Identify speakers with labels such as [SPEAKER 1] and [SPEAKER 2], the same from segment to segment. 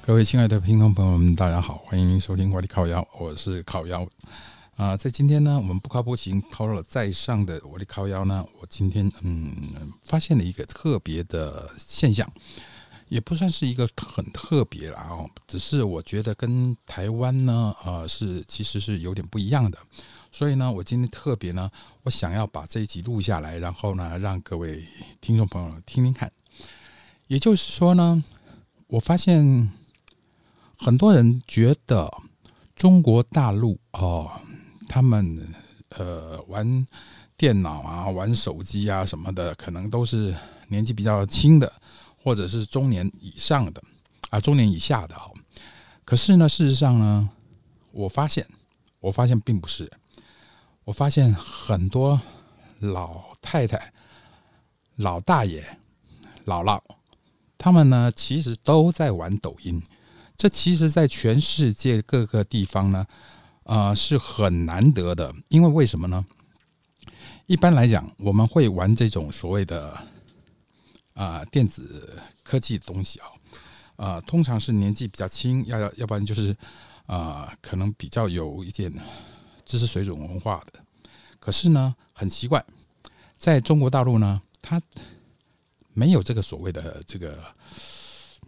[SPEAKER 1] 各位亲爱的听众朋友们，大家好，欢迎收听《我的烤鸭》，我是烤鸭。啊、在今天呢，我们不靠不行，靠了在上的我的烤鸭呢，我今天嗯发现了一个特别的现象，也不算是一个很特别啦哦，只是我觉得跟台湾呢，呃，是其实是有点不一样的。所以呢，我今天特别呢，我想要把这一集录下来，然后呢，让各位听众朋友听听看。也就是说呢，我发现很多人觉得中国大陆哦，他们呃玩电脑啊、玩手机啊什么的，可能都是年纪比较轻的，或者是中年以上的啊，中年以下的哦。可是呢，事实上呢，我发现，我发现并不是，我发现很多老太太、老大爷、姥姥，他们呢其实都在玩抖音。这其实，在全世界各个地方呢，呃，是很难得的。因为为什么呢？一般来讲，我们会玩这种所谓的啊、呃电子科技的东西啊、呃，通常是年纪比较轻，要要要不然就是啊、呃可能比较有一点知识水准文化的。可是呢，很奇怪，在中国大陆呢，它没有这个所谓的这个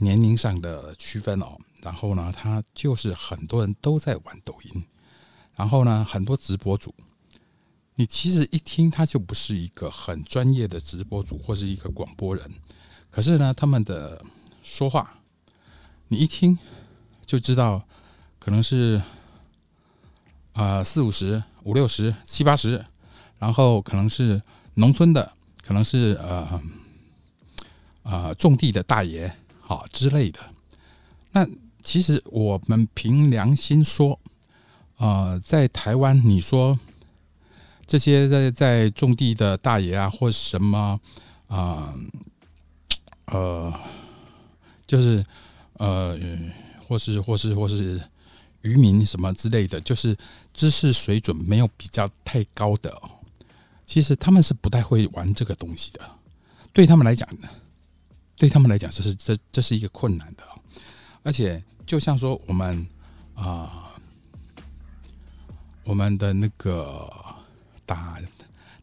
[SPEAKER 1] 年龄上的区分哦。然后呢，他就是很多人都在玩抖音，然后呢，很多直播主，你其实一听他就不是一个很专业的直播主或是一个广播人，可是呢，他们的说话，你一听就知道可能是啊四五十、五六十、七八十，然后可能是农村的，可能是呃呃种地的大爷好、之类的。那其实我们凭良心说，呃，在台湾，你说这些在在种地的大爷啊，或什么啊呃就是呃，或是或是或是渔民什么之类的，就是知识水准没有比较太高的、哦，其实他们是不太会玩这个东西的。对他们来讲，对他们来讲，这是这这是一个困难的、哦。而且就像说我们啊、我们的那个打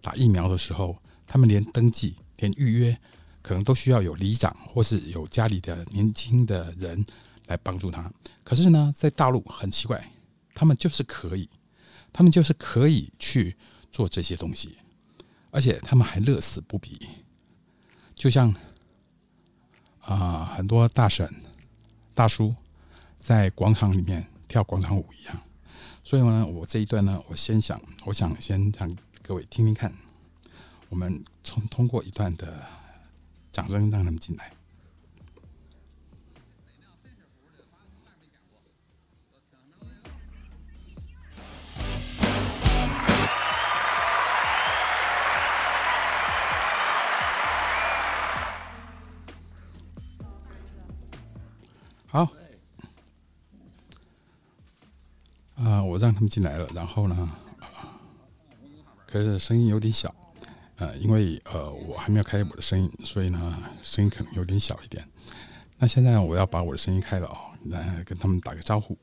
[SPEAKER 1] 打疫苗的时候，他们连登记、连预约，可能都需要有里长或是有家里的年轻的人来帮助他。可是呢，在大陆很奇怪，他们就是可以，他们就是可以去做这些东西，而且他们还乐此不疲。就像啊、很多大婶、大叔在广场里面跳广场舞一样。所以呢，我这一段呢，我先想，我想先让各位听听看，我们从通过一段的掌声让他们进来。好，啊、我让他们进来了，然后呢，呃可是声音有点小，呃，因为呃我还没有开我的声音，所以呢声音可能有点小一点。那现在我要把我的声音开了哦，来跟他们打个招呼。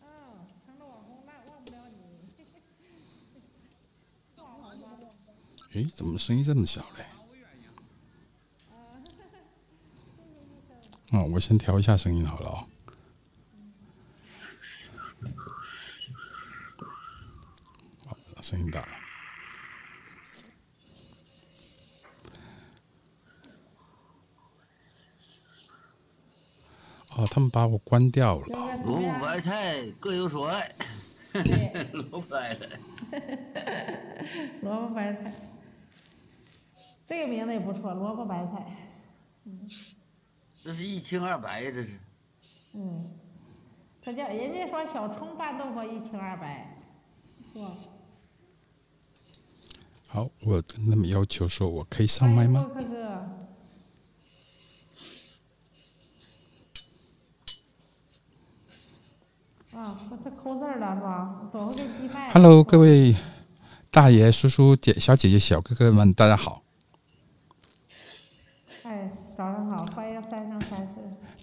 [SPEAKER 2] 嗯，成了网红那忘不了你。做网红吗？
[SPEAKER 1] 诶，哎怎么声音这么小嘞？啊、我先调一下声音好了哦。好，啊声音大了。哦，他们把我关掉了。
[SPEAKER 2] 应
[SPEAKER 3] 萝卜白菜各有所爱， 萝卜白菜。
[SPEAKER 2] 该萝卜白菜，这个名字也不错，萝卜白菜。
[SPEAKER 3] 这是一清二白呀，这是。
[SPEAKER 2] 嗯，它叫人家说小葱拌豆腐一清二白，是吧？
[SPEAKER 1] 好，我跟他们要求说，我可以上麦吗？
[SPEAKER 2] 欢迎洛克哥，啊，这这抠字儿了是吧？走回这鸡饭。
[SPEAKER 1] Hello，各位大爷、叔叔、姐、小姐姐、小哥哥们，大家好！
[SPEAKER 2] 哎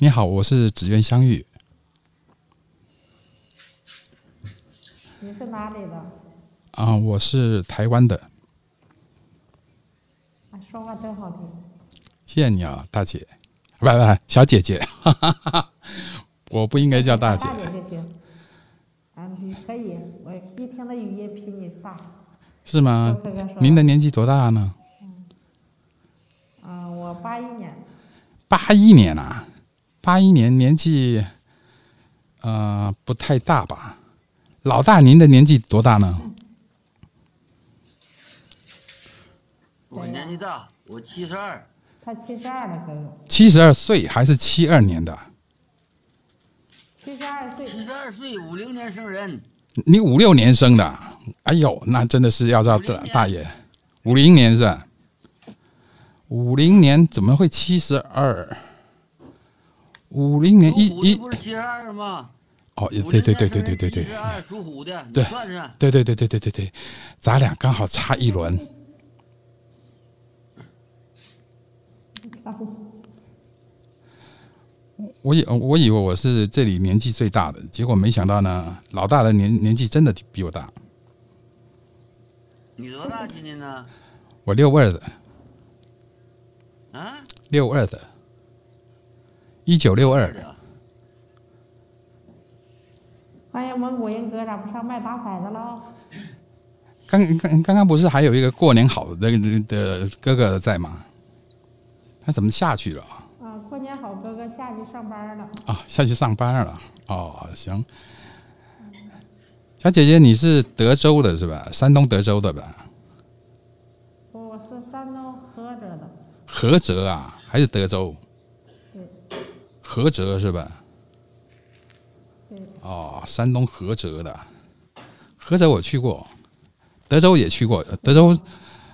[SPEAKER 1] 你好，我是紫苑相遇，
[SPEAKER 2] 你是哪里的？
[SPEAKER 1] 啊、我是台湾的，
[SPEAKER 2] 啊，说话真好听。
[SPEAKER 1] 谢谢你啊，大姐，不不不，小姐姐， 哈哈哈，我不应该叫大姐
[SPEAKER 2] 大，姐就行。啊，你可以，我一听那语音比你大。
[SPEAKER 1] 是吗
[SPEAKER 2] 都？快快说
[SPEAKER 1] 您的年纪多大呢？
[SPEAKER 2] 啊，我八一年，
[SPEAKER 1] 八一年啊，八一年年纪，呃，不太大吧？老大，您的年纪多大呢？
[SPEAKER 3] 我年纪大，我七十二，
[SPEAKER 2] 他七十二了，哥哥，
[SPEAKER 1] 七十二岁还是七二年的？
[SPEAKER 2] 七十二岁。
[SPEAKER 3] 七十二岁，五零年生人，
[SPEAKER 1] 你五六年生的啊，哎呦，那真的是要叫大
[SPEAKER 3] 50年
[SPEAKER 1] 大爷，五零年是吧？五零年怎么会七十二？五零年一
[SPEAKER 3] 属虎的
[SPEAKER 1] 一
[SPEAKER 3] 哦不是七十二吗？
[SPEAKER 1] 哦，也
[SPEAKER 3] 五
[SPEAKER 1] 对对
[SPEAKER 3] 零年
[SPEAKER 1] 对
[SPEAKER 3] 生
[SPEAKER 1] 对对
[SPEAKER 3] 人
[SPEAKER 1] 对
[SPEAKER 3] 七
[SPEAKER 1] 对
[SPEAKER 3] 十二属虎的，你
[SPEAKER 1] 对
[SPEAKER 3] 算算，
[SPEAKER 1] 对对对对对对对，咱俩刚好差一轮，
[SPEAKER 2] 啊
[SPEAKER 1] 我以我以为我是这里年纪最大的，结果没想到呢，老大的年年纪真的比我大，
[SPEAKER 3] 你多大今年呢？
[SPEAKER 1] 我六二的，
[SPEAKER 3] 啊，
[SPEAKER 1] 六二的，一九六二的，
[SPEAKER 2] 欢迎蒙古人哥，咋不上麦打骰子了？
[SPEAKER 1] 刚刚刚刚不是还有一个过年好的的的哥哥在吗？他怎么下去了
[SPEAKER 2] 啊，过年好，哥哥下去上班了。
[SPEAKER 1] 啊？下去上班了哦，行。小姐姐，你是德州的是吧？山东德州的吧？
[SPEAKER 2] 我是山东菏泽的，
[SPEAKER 1] 菏泽啊，还是德州？
[SPEAKER 2] 对
[SPEAKER 1] 菏泽是吧？
[SPEAKER 2] 对，
[SPEAKER 1] 哦，山东菏泽的，菏泽我去过，德州也去过。德州，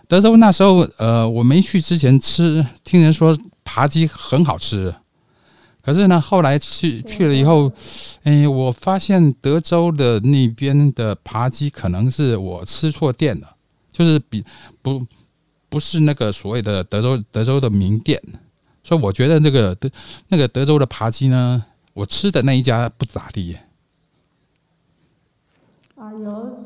[SPEAKER 1] 德州那时候呃，我没去之前吃，听人说扒鸡很好吃，可是呢，后来去去了以后，哎，我发现德州的那边的扒鸡可能是我吃错店了，就是比不不是那个所谓的德州德州的名店，所以我觉得那个德那个德州的扒鸡呢。我吃的那一家不咋地，
[SPEAKER 2] 啊，有，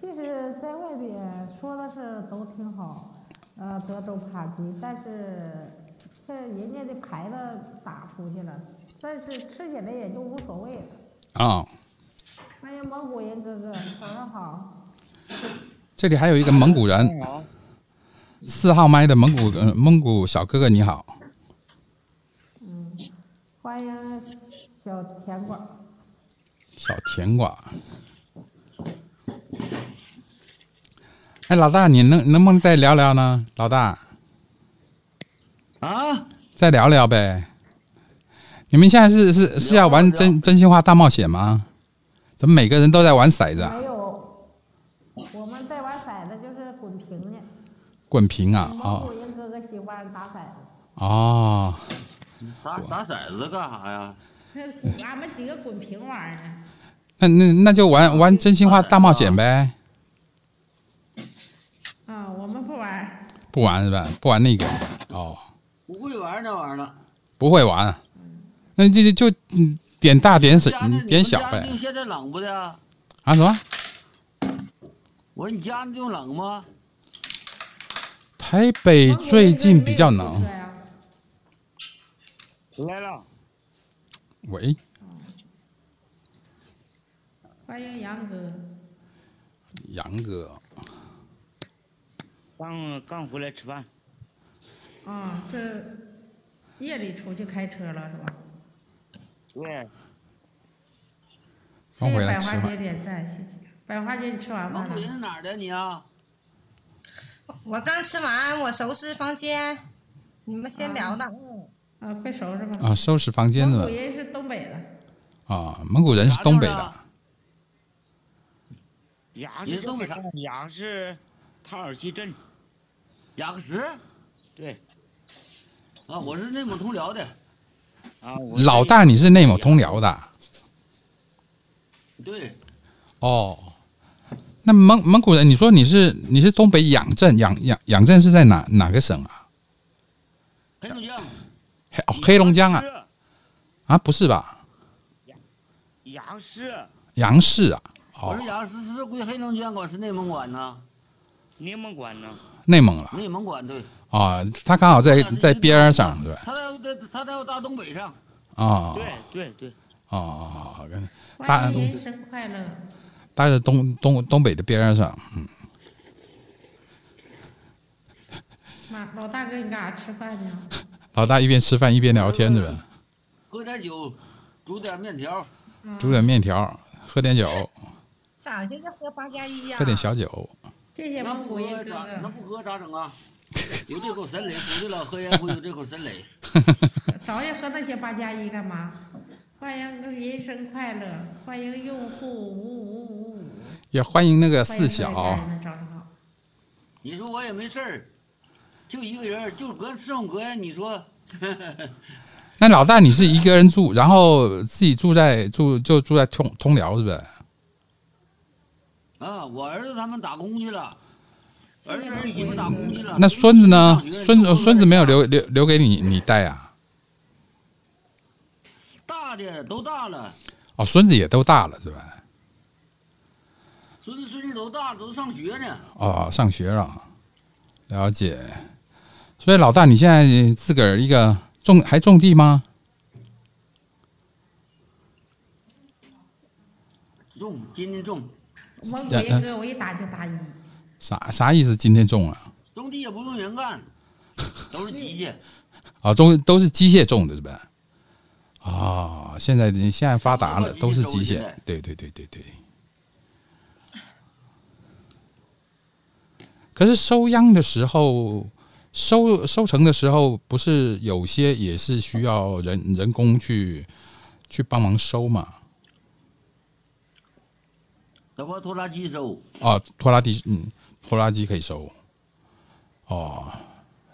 [SPEAKER 2] 其实在外边说的是都挺好，呃，德州扒鸡，但是这人家的牌子打出去了，但是吃起来也就无所谓了。
[SPEAKER 1] 啊、
[SPEAKER 2] 欢迎蒙古人哥哥，早上好。
[SPEAKER 1] 这里还有一个蒙古人，四号麦的蒙古呃蒙古小哥哥你好，
[SPEAKER 2] 欢迎小甜瓜，
[SPEAKER 1] 小甜瓜。哎，老大，你能能不能再聊聊呢？老大，
[SPEAKER 3] 啊，
[SPEAKER 1] 再聊聊呗。你们现在是是是要玩真真心话大冒险吗？怎么每个人都在玩骰子、啊、
[SPEAKER 2] 没有，我们在玩骰子就是滚屏呢。
[SPEAKER 1] 滚屏啊？
[SPEAKER 2] 蒙
[SPEAKER 1] 哦
[SPEAKER 2] 古人哥哥喜欢打骰子。
[SPEAKER 1] 哦，
[SPEAKER 3] 打打骰子干啥呀？
[SPEAKER 2] 俺啊们几个滚屏玩啊
[SPEAKER 1] 那
[SPEAKER 2] 呢，
[SPEAKER 1] 那那就玩玩真心话
[SPEAKER 3] 哦
[SPEAKER 1] 大冒险呗，
[SPEAKER 2] 啊，我们不玩，
[SPEAKER 1] 不玩是吧？不玩那个哦。
[SPEAKER 3] 不会玩那玩意儿了。
[SPEAKER 1] 不会玩，啊那就就就嗯点大点小
[SPEAKER 3] 家那你
[SPEAKER 1] 点
[SPEAKER 3] 们
[SPEAKER 1] 小
[SPEAKER 3] 家
[SPEAKER 1] 呗
[SPEAKER 3] 用现在冷不的？
[SPEAKER 1] 啊什么？
[SPEAKER 3] 我说你家那用冷吗？
[SPEAKER 1] 台北最近比较
[SPEAKER 2] 蒙古
[SPEAKER 1] 冷
[SPEAKER 2] 人哥哥没有汽，车呀
[SPEAKER 3] 来了，
[SPEAKER 1] 喂，
[SPEAKER 2] 欢迎杨哥，
[SPEAKER 1] 杨哥，
[SPEAKER 4] 刚刚回来吃饭，
[SPEAKER 2] 啊，这夜里出去开车了是吧？
[SPEAKER 4] 对，
[SPEAKER 1] 刚
[SPEAKER 2] 谢谢
[SPEAKER 1] 回来
[SPEAKER 2] 百
[SPEAKER 1] 吃
[SPEAKER 2] 花姐
[SPEAKER 1] 饭，
[SPEAKER 2] 点赞，谢谢。百花姐，你吃完
[SPEAKER 3] 蒙
[SPEAKER 2] 饭
[SPEAKER 3] 古人
[SPEAKER 2] 了？
[SPEAKER 3] 是哪儿的你啊？
[SPEAKER 5] 我刚吃完，我收拾房间，你们先聊呢。
[SPEAKER 2] 啊，快收拾吧。
[SPEAKER 1] 啊，收拾房间
[SPEAKER 2] 蒙
[SPEAKER 1] 了
[SPEAKER 2] 古人是东北的，
[SPEAKER 1] 啊，蒙古人是东北的，
[SPEAKER 4] 牙
[SPEAKER 3] 你
[SPEAKER 4] 是
[SPEAKER 3] 是东北啥
[SPEAKER 4] 人，牙是塔尔西镇，
[SPEAKER 3] 雅克什
[SPEAKER 4] 对
[SPEAKER 3] 啊，我是内蒙通辽的。
[SPEAKER 4] 啊，我
[SPEAKER 1] 老
[SPEAKER 4] 是
[SPEAKER 1] 大你是内蒙通辽的
[SPEAKER 3] 对，
[SPEAKER 1] 哦，那蒙蒙古人，你说你是你是东北仰镇，仰仰仰镇是在哪哪个省啊？
[SPEAKER 3] 黑龙江。
[SPEAKER 1] 黑哦黑龙江啊，
[SPEAKER 4] 是
[SPEAKER 1] 啊，不是吧？
[SPEAKER 4] 杨氏
[SPEAKER 1] 杨氏啊，
[SPEAKER 3] 我
[SPEAKER 1] 哦
[SPEAKER 3] 说，杨氏是归黑龙江管，是内蒙管呢？
[SPEAKER 4] 内蒙管呢，
[SPEAKER 1] 内蒙了
[SPEAKER 3] 内蒙管对，
[SPEAKER 1] 啊，他刚好在
[SPEAKER 3] 那是
[SPEAKER 1] 在
[SPEAKER 3] 一个
[SPEAKER 1] 边儿上，对吧？
[SPEAKER 3] 他在他他在大东北上，
[SPEAKER 1] 啊
[SPEAKER 4] 对对对，
[SPEAKER 1] 啊啊！啊跟大
[SPEAKER 2] 欢迎人生快乐。
[SPEAKER 1] 待在东东东北的边儿上，嗯，
[SPEAKER 2] 妈，老大哥，你干啥吃饭呢？
[SPEAKER 1] 老大一边吃饭一边聊天，对吧？
[SPEAKER 3] 喝点酒，煮点面条，
[SPEAKER 2] 嗯
[SPEAKER 1] 煮点面条，喝点酒，
[SPEAKER 5] 早现在喝八加一呀，
[SPEAKER 1] 喝点小酒，
[SPEAKER 2] 谢谢
[SPEAKER 3] 那
[SPEAKER 2] 木
[SPEAKER 3] 不
[SPEAKER 2] 鬼
[SPEAKER 3] 喝
[SPEAKER 2] 哥
[SPEAKER 3] 咋那
[SPEAKER 2] 哥，
[SPEAKER 3] 不喝咋整啊？有这口神雷，煮的老喝烟灰有这口神雷。
[SPEAKER 2] 早也喝那些八加一干嘛？欢迎人生快乐，欢迎用户五五五五。
[SPEAKER 1] 也欢迎那个四
[SPEAKER 2] 欢迎各位
[SPEAKER 1] 小啊
[SPEAKER 2] 家人的早上好。
[SPEAKER 3] 你说我也没事儿，就一个人儿，就搁赤红阁呀。你说，
[SPEAKER 1] 那老大，你是一个人住，然后自己住在住就住在通通辽是不是？
[SPEAKER 3] 啊，我儿子他们打工去了，儿子儿媳妇打工去了。
[SPEAKER 1] 那孙子呢
[SPEAKER 3] 上？学
[SPEAKER 1] 孙子孙子没有留留留给你你带啊？
[SPEAKER 3] 大的都大了，
[SPEAKER 1] 哦，孙子也都大了是吧？
[SPEAKER 3] 孙子孙女都大了，都上学呢。
[SPEAKER 1] 哦，上学了，了解。所以老大，你现在自个儿一个种还种地吗？
[SPEAKER 3] 种，今天种，
[SPEAKER 2] 我鬼哥，我一打就打一。
[SPEAKER 1] 啥啥意思？今天种啊？
[SPEAKER 3] 种地也不用人干，都是机械。
[SPEAKER 1] 啊，种都是机械种的是吧？啊、现在现在发达了，都是机
[SPEAKER 3] 手
[SPEAKER 1] 械
[SPEAKER 3] 工的。
[SPEAKER 1] 对对对对对。可是收秧的时候，收收成的时候，不是有些也是需要人人工去去帮忙收嘛？
[SPEAKER 3] 哪怕拖拉机收，
[SPEAKER 1] 啊，拖拉机，嗯，拖拉机可以收。哦，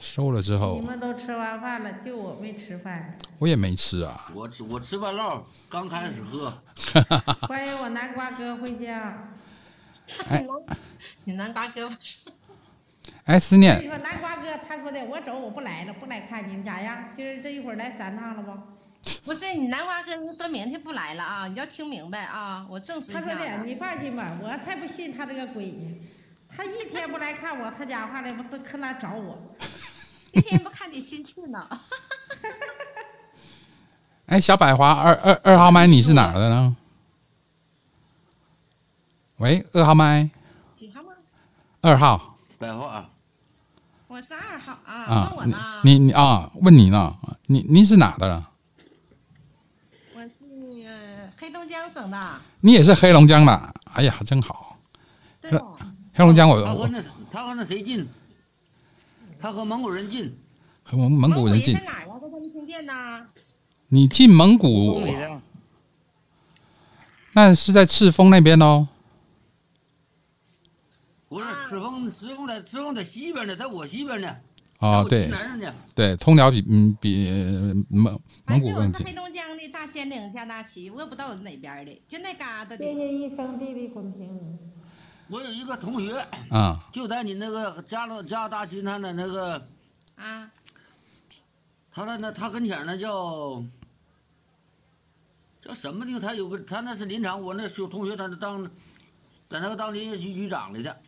[SPEAKER 1] 收了之后
[SPEAKER 2] 你们都吃完饭了，就我没吃饭。
[SPEAKER 1] 我也没吃啊。
[SPEAKER 3] 我吃我吃半酪，刚开始喝，
[SPEAKER 2] 欢迎我南瓜哥回家。
[SPEAKER 5] 哎你南瓜哥，
[SPEAKER 1] 哎，思
[SPEAKER 2] 我跟你
[SPEAKER 1] 念，
[SPEAKER 2] 说南瓜哥，他说的我走，我不来了，不来看你们咋样？今儿这一会儿来三趟了不？
[SPEAKER 5] 不是你南瓜哥，人说明天不来了啊，你要听明白啊，我证实一
[SPEAKER 2] 他
[SPEAKER 5] 下
[SPEAKER 2] 说的，嗯
[SPEAKER 5] 子。
[SPEAKER 2] 你放心吧，我才不信他这个鬼呢。他一天不来看我，他讲话来不都可难找我。
[SPEAKER 5] 一天不看你心去呢，
[SPEAKER 1] 哎，小百花二二二号麦，你是哪儿的呢？喂，二号麦，
[SPEAKER 5] 几号吗？啊
[SPEAKER 1] 二号
[SPEAKER 3] 白话。
[SPEAKER 5] 我是二号啊，
[SPEAKER 1] 啊
[SPEAKER 5] 问我呢，？
[SPEAKER 1] 你你啊，问你呢，你您是哪儿的了？
[SPEAKER 5] 我是呃黑龙江省的，
[SPEAKER 1] 你也是黑龙江的？哎呀，真好，
[SPEAKER 5] 对
[SPEAKER 1] 是
[SPEAKER 5] 哦
[SPEAKER 1] 黑龙江我
[SPEAKER 3] 他和
[SPEAKER 1] 我
[SPEAKER 3] 那他和那谁近？他和蒙古人近，
[SPEAKER 1] 我们蒙古人进
[SPEAKER 5] 在，哪儿啊？都没听见呢。
[SPEAKER 1] 你进蒙古
[SPEAKER 4] 东北的
[SPEAKER 1] 那是在赤峰那边哦。
[SPEAKER 3] 不是赤峰，赤峰在赤峰在西边呢，在我西边呢，在
[SPEAKER 1] 哦，
[SPEAKER 3] 啊我西
[SPEAKER 1] 对
[SPEAKER 3] 南上呢。
[SPEAKER 1] 对，通辽比嗯比呃蒙蒙
[SPEAKER 5] 反
[SPEAKER 1] 古
[SPEAKER 5] 正我
[SPEAKER 1] 更
[SPEAKER 5] 是
[SPEAKER 1] 近
[SPEAKER 5] 黑。龙江的大仙岭下大旗，我也不知道我是哪边儿的，就那嘎达
[SPEAKER 2] 谢
[SPEAKER 5] 的。
[SPEAKER 2] 谢一生弟弟滚平。
[SPEAKER 3] 我有一个同学，
[SPEAKER 1] 啊
[SPEAKER 3] 就在你那个加罗加大群他的那个，
[SPEAKER 5] 啊，
[SPEAKER 3] 他在那他跟前儿那叫叫什么地方？他有个他那是林场，我那有同学他那当在那个当林业局局长来的，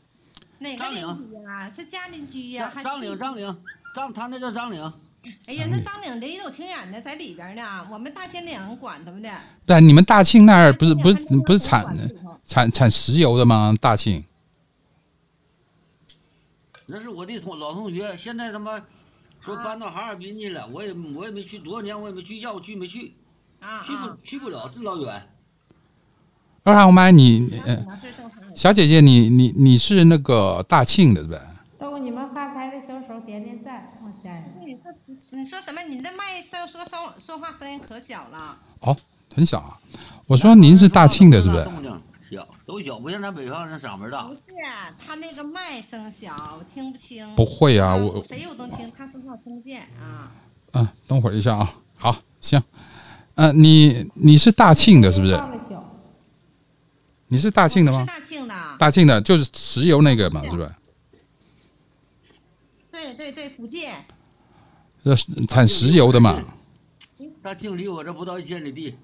[SPEAKER 5] 哪个
[SPEAKER 3] 张
[SPEAKER 5] 邻
[SPEAKER 3] 岭
[SPEAKER 5] 居呀？是嘉陵居呀？
[SPEAKER 3] 张
[SPEAKER 5] 还
[SPEAKER 3] 张
[SPEAKER 5] 是
[SPEAKER 3] 岭张岭张他那叫张岭，
[SPEAKER 5] 哎呀，那张岭离得我挺远的，在里边呢。我们大兴岭管他们的，
[SPEAKER 1] 不然你们大庆那儿
[SPEAKER 5] 大
[SPEAKER 1] 不是
[SPEAKER 5] 兴
[SPEAKER 1] 不
[SPEAKER 5] 岭
[SPEAKER 1] 是
[SPEAKER 5] 还没
[SPEAKER 1] 不是产
[SPEAKER 5] 有城管的时候
[SPEAKER 1] 产产石油的吗？大庆
[SPEAKER 3] 那是我的同老同学，现在他妈说搬到哈尔滨去了，我也我也没去，多少年我也没去，要去没去，
[SPEAKER 5] 啊
[SPEAKER 3] 去不
[SPEAKER 5] 啊，
[SPEAKER 3] 去不了，这老远。
[SPEAKER 1] 二号麦你，
[SPEAKER 5] 那
[SPEAKER 1] 呃
[SPEAKER 5] 可能是正常人。
[SPEAKER 1] 小姐姐你你你是那个大庆的对吧？
[SPEAKER 2] 动你们发财的小手点点赞，我家人。
[SPEAKER 5] 你说你说什么？你那麦声说说说话声音可小了。
[SPEAKER 1] 哦，很小啊。我说您是大庆的是不是？
[SPEAKER 3] 动静小都小，不像咱北方人嗓门大
[SPEAKER 5] 不。是，他那个麦声小，我听不清。
[SPEAKER 1] 不会啊，
[SPEAKER 5] 啊
[SPEAKER 1] 我
[SPEAKER 5] 谁有能听，他说话我听不见啊。
[SPEAKER 1] 嗯、等会儿一下啊。好，行，呃，你你是大庆的是不是？
[SPEAKER 2] 放得小
[SPEAKER 1] 你是大
[SPEAKER 5] 大
[SPEAKER 1] 庆的
[SPEAKER 5] 是
[SPEAKER 1] 吗？
[SPEAKER 5] 大庆的，
[SPEAKER 1] 大庆的就是石油那个嘛，是吧？
[SPEAKER 5] 对对对，福建。
[SPEAKER 1] 呃，产石油的嘛。
[SPEAKER 5] 你
[SPEAKER 3] 大庆离我这不到一千里地，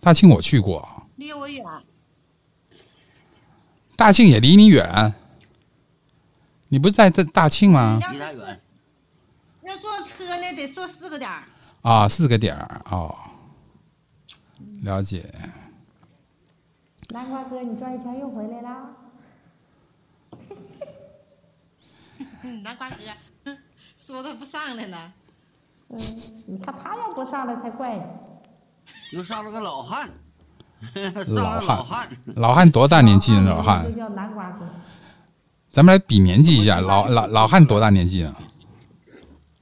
[SPEAKER 1] 大庆我去过，啊
[SPEAKER 5] 离我远，
[SPEAKER 1] 大庆也离你远。你不是在这大庆吗？
[SPEAKER 5] 要
[SPEAKER 3] 离太
[SPEAKER 5] 是
[SPEAKER 3] 远。
[SPEAKER 5] 要坐车呢，得坐四个点儿。
[SPEAKER 1] 啊，四个点儿哦，了解。
[SPEAKER 2] 南瓜哥，你转一圈又回来啦？
[SPEAKER 5] 嗯，南瓜哥， 说他不上来了，
[SPEAKER 2] 嗯，你看他要不上来才怪呢。
[SPEAKER 3] 又上了个 老汉，上
[SPEAKER 1] 老
[SPEAKER 3] 了
[SPEAKER 1] 汉
[SPEAKER 3] 老汉，
[SPEAKER 1] 老汉多大年纪呢？老
[SPEAKER 2] 就
[SPEAKER 1] 汉，
[SPEAKER 2] 叫南瓜哥，
[SPEAKER 1] 咱们来比年纪一下。老老老汉多大年纪啊？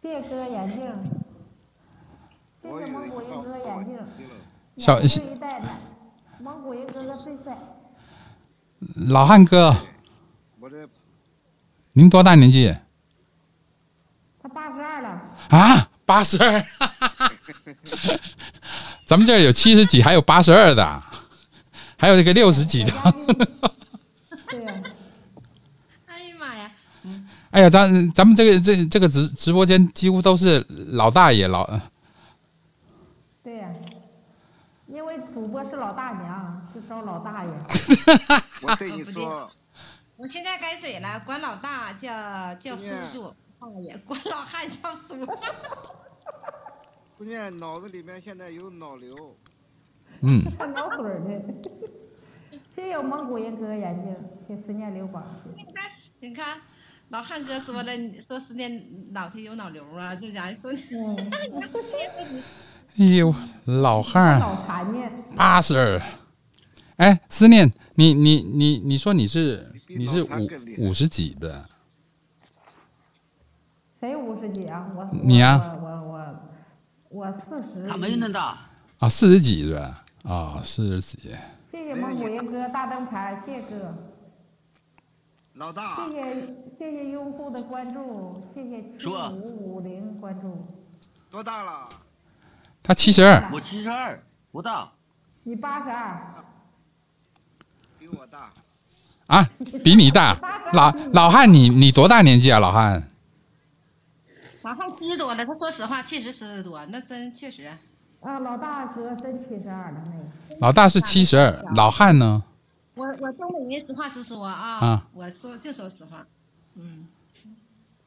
[SPEAKER 2] 别搁眼镜儿，这是蒙古人搁眼镜儿，
[SPEAKER 1] 小
[SPEAKER 2] 两岁一代的，蒙古人哥哥最帅。
[SPEAKER 1] 老汉哥，您多大年纪
[SPEAKER 2] 他八十二了，
[SPEAKER 1] 啊？八十二。 咱们这儿有七十几，还有八十二的，还有这个六十几的。
[SPEAKER 2] 对呀，
[SPEAKER 5] 哎呀妈呀，
[SPEAKER 1] 哎呀，咱咱们这个这这个直直播间几乎都是老大爷老，
[SPEAKER 2] 对呀，因为主播是老大娘，就招老大爷。
[SPEAKER 6] 我对你说，
[SPEAKER 5] 我现在改嘴了，管老大叫叫叔叔，大爷，管老汉叫叔。
[SPEAKER 6] 姑娘脑子里面现在有脑瘤，
[SPEAKER 1] 嗯，
[SPEAKER 2] 看脑腿儿 的，真有蒙古人哥眼镜，给思念刘广去。
[SPEAKER 5] 你看，你看，老汉哥说了，你说是那脑袋有脑瘤啊，这家伙说你，
[SPEAKER 2] 嗯，
[SPEAKER 1] 哎呦，老汉儿
[SPEAKER 2] 脑残呢？
[SPEAKER 1] 八十二。哎，思念，你你你你说你是你是五五十几的？
[SPEAKER 2] 谁五十几啊？我
[SPEAKER 1] 你呀
[SPEAKER 2] 我我我我四十。
[SPEAKER 3] 他没那大，
[SPEAKER 1] 啊，四十几的啊，四十几。
[SPEAKER 2] 谢谢蒙古人哥大灯牌，谢哥，
[SPEAKER 6] 老大
[SPEAKER 2] 谢，谢谢谢用户的关注，谢谢七
[SPEAKER 3] 说
[SPEAKER 2] 五五零关注。
[SPEAKER 6] 多大了？
[SPEAKER 1] 他七十二，
[SPEAKER 3] 我七十二，不大，
[SPEAKER 2] 你八十二，
[SPEAKER 6] 比我 大，
[SPEAKER 1] 啊，比你大。 老老汉你，你多大年纪啊？老汉，
[SPEAKER 5] 老汉七十多了，他说实话，确实七十多，那真确实。
[SPEAKER 2] 啊，老大哥真七十二了，那个
[SPEAKER 1] 老大是七十二，老汉呢？
[SPEAKER 5] 我我东北人实话实说啊，
[SPEAKER 1] 啊
[SPEAKER 5] 我说就说实话，嗯，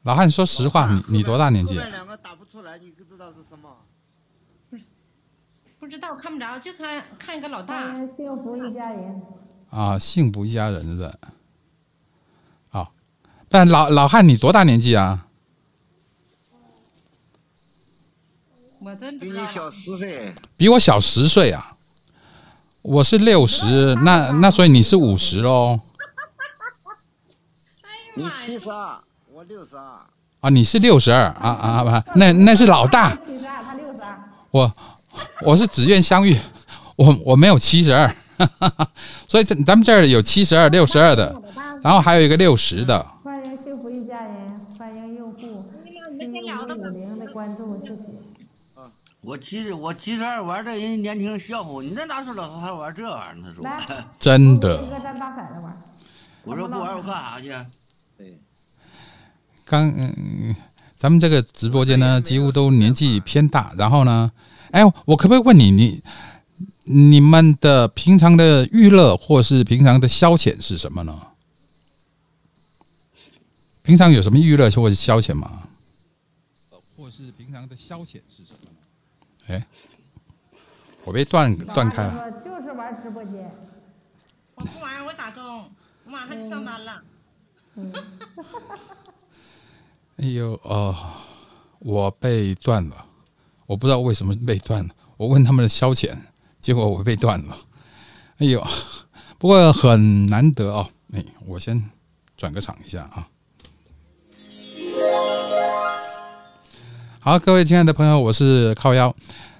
[SPEAKER 1] 老汉说实话，你你多大年纪
[SPEAKER 6] 后
[SPEAKER 1] 啊
[SPEAKER 6] 面？两个打不出来，你知道是什么？
[SPEAKER 5] 不知道看不着，就看看一个老
[SPEAKER 2] 欢
[SPEAKER 5] 大，
[SPEAKER 2] 迎嗯幸福一家人。
[SPEAKER 1] 啊，幸福一家人的。啊，但老老汉你多大年纪啊？
[SPEAKER 5] 我真不
[SPEAKER 6] 比
[SPEAKER 5] 知
[SPEAKER 6] 你
[SPEAKER 5] 道了。
[SPEAKER 6] 小十岁，
[SPEAKER 1] 比我小十岁啊。我是六十，那那所以你是五十喽？
[SPEAKER 5] 哎
[SPEAKER 6] 你
[SPEAKER 5] 呀妈
[SPEAKER 6] 七
[SPEAKER 5] 呀，
[SPEAKER 6] 十二，我六十二，
[SPEAKER 1] 啊，你是六十二啊啊啊！那那是老大，
[SPEAKER 2] 七十二，他六十二。
[SPEAKER 1] 我我是只愿相遇，我我没有七十二， 所以这咱们这儿有七十二、六十二的，
[SPEAKER 5] 老大，
[SPEAKER 1] 然后还有一个六十的。
[SPEAKER 2] 欢迎幸福一家人，欢迎用户
[SPEAKER 1] 嗯
[SPEAKER 5] 你们先聊的吧
[SPEAKER 2] 五。零的关注，谢谢。
[SPEAKER 3] 我七十我七十二玩这人家年轻人笑话我，你这哪是老头还玩这玩意儿？他说，
[SPEAKER 2] 来
[SPEAKER 1] 真的
[SPEAKER 2] 一，个沾大色的玩儿。
[SPEAKER 3] 我说不玩我干啥去？啊
[SPEAKER 6] 对，
[SPEAKER 1] 刚嗯，咱们这个直播间呢，几乎都年纪偏大。然后呢，哎，我可不可以问你，你你们的平常的娱乐或是平常的消遣是什么呢？平常有什么娱乐或者消遣吗？或是平常的消遣是什么呢？哎，我被断断开了。
[SPEAKER 2] 我就是玩直播间。
[SPEAKER 5] 我不玩儿，我打工，我马上就上班了。
[SPEAKER 2] 嗯，
[SPEAKER 1] 哎呦，哦，我被断了，我不知道为什么被断了。我问他们的消遣，结果我被断了。哎呦，不过很难得哦。哎，我先转个场一下啊。好，各位亲爱的朋友，我是靠腰。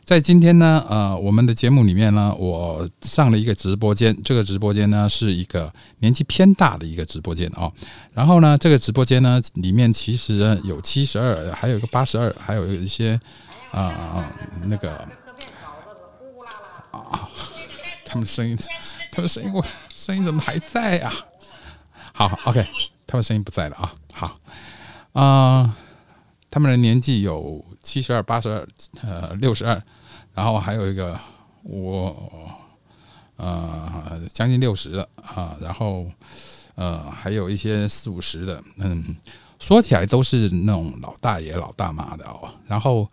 [SPEAKER 1] 在今天呢，呃，我们的节目里面呢，我上了一个直播间，这个直播间呢是一个年纪偏大的一个直播间哦。然后呢，这个直播间呢，里面其实呢有七十二，还有一个八十二，还有一些啊、那个啊，他们声音，他们声音，我声音怎么还在啊？好，OK，他们声音不在了啊。好，啊、他们的年纪有七十二、八十二、呃六十二，然后还有一个我呃将近六十了啊，然后呃还有一些四五十的，嗯，说起来都是那种老大爷老大妈的哦。然后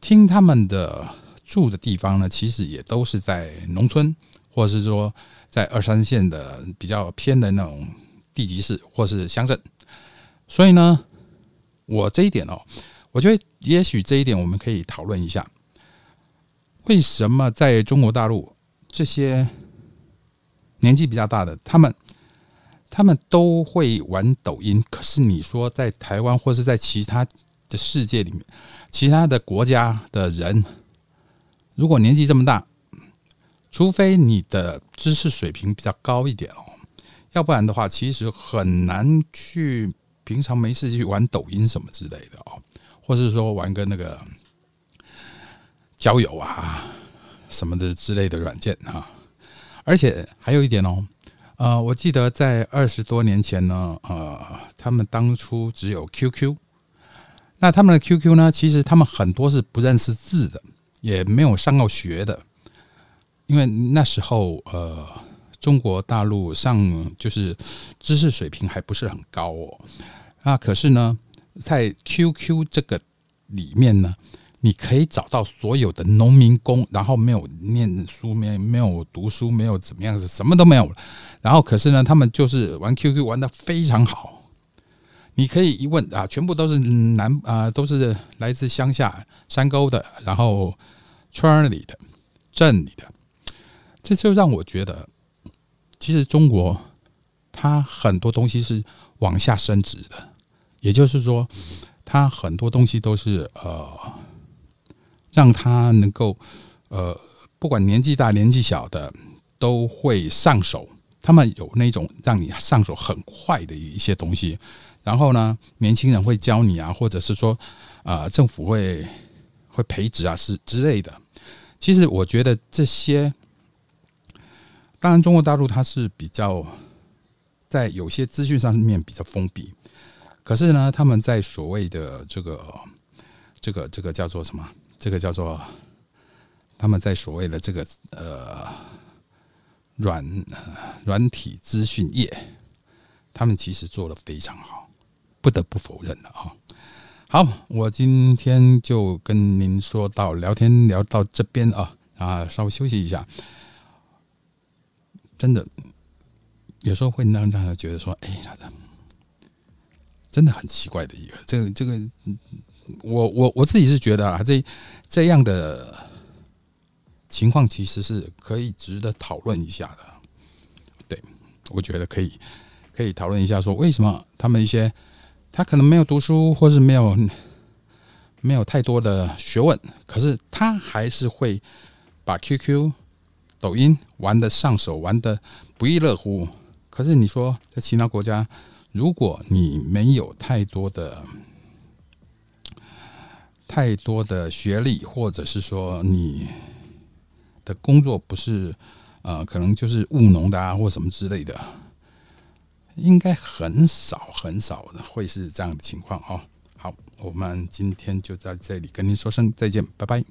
[SPEAKER 1] 听他们的住的地方呢，其实也都是在农村，或者是说在二三线的比较偏的那种地级市或是乡镇。所以呢，我这一点哦，我觉得也许这一点我们可以讨论一下，为什么在中国大陆这些年纪比较大的他们，他们都会玩抖音，可是你说在台湾或是在其他的世界里面，其他的国家的人，哦如果年纪这么大，除非你的知识水平比较高一点哦，要不然的话，其实很难去平常没事去玩抖音什么之类的哦，或是说玩个那个交友啊什么的之类的软件啊。而且还有一点哦，呃，我记得在二十多年前呢，呃，他们当初只有 QQ，那他们的 QQ 呢，其实他们很多是不认识字的，也没有上过学的，因为那时候呃。中国大陆上就是知识水平还不是很高哦。啊，可是呢，在 QQ 这个里面呢，你可以找到所有的农民工，然后没有念书，没没有读书，没有怎么样子，什么都没有。然后可是呢，他们就是玩 QQ 玩的非常好。你可以一问啊，全部都是南啊、都是来自乡下山沟的，然后村儿里的、镇里的，这就让我觉得，其实中国它很多东西是往下升值的，也就是说，它很多东西都是呃，让它能够呃，不管年纪大年纪小的都会上手，他们有那种让你上手很快的一些东西。然后呢，年轻人会教你啊，或者是说，啊，政府会会培植啊，是之类的。其实我觉得这些当然，中国大陆它是比较在有些资讯上面比较封闭，可是呢，他们在所谓的这个这个这个叫做什么？这个叫做他们在所谓的这个呃软软体资讯业，他们其实做的非常好，不得不否认的啊。好，我今天就跟您说到聊天聊到这边啊啊，稍微休息一下。真的有时候会让让人觉得说，哎，他的真的很奇怪的一个，这个这个，嗯我我我自己是觉得啊，这这样的情况其实是可以值得讨论一下的。对，我觉得可以可以讨论一下，说为什么他们一些他可能没有读书，或是没有没有太多的学问，可是他还是会把 QQ 抖音玩的上手，玩的不亦乐乎。可是你说在其他国家，如果你没有太多的太多的学历，或者是说你的工作不是呃，可能就是务农的啊，或什么之类的，应该很少很少的会是这样的情况哦。好，我们今天就在这里跟您说声再见，拜拜。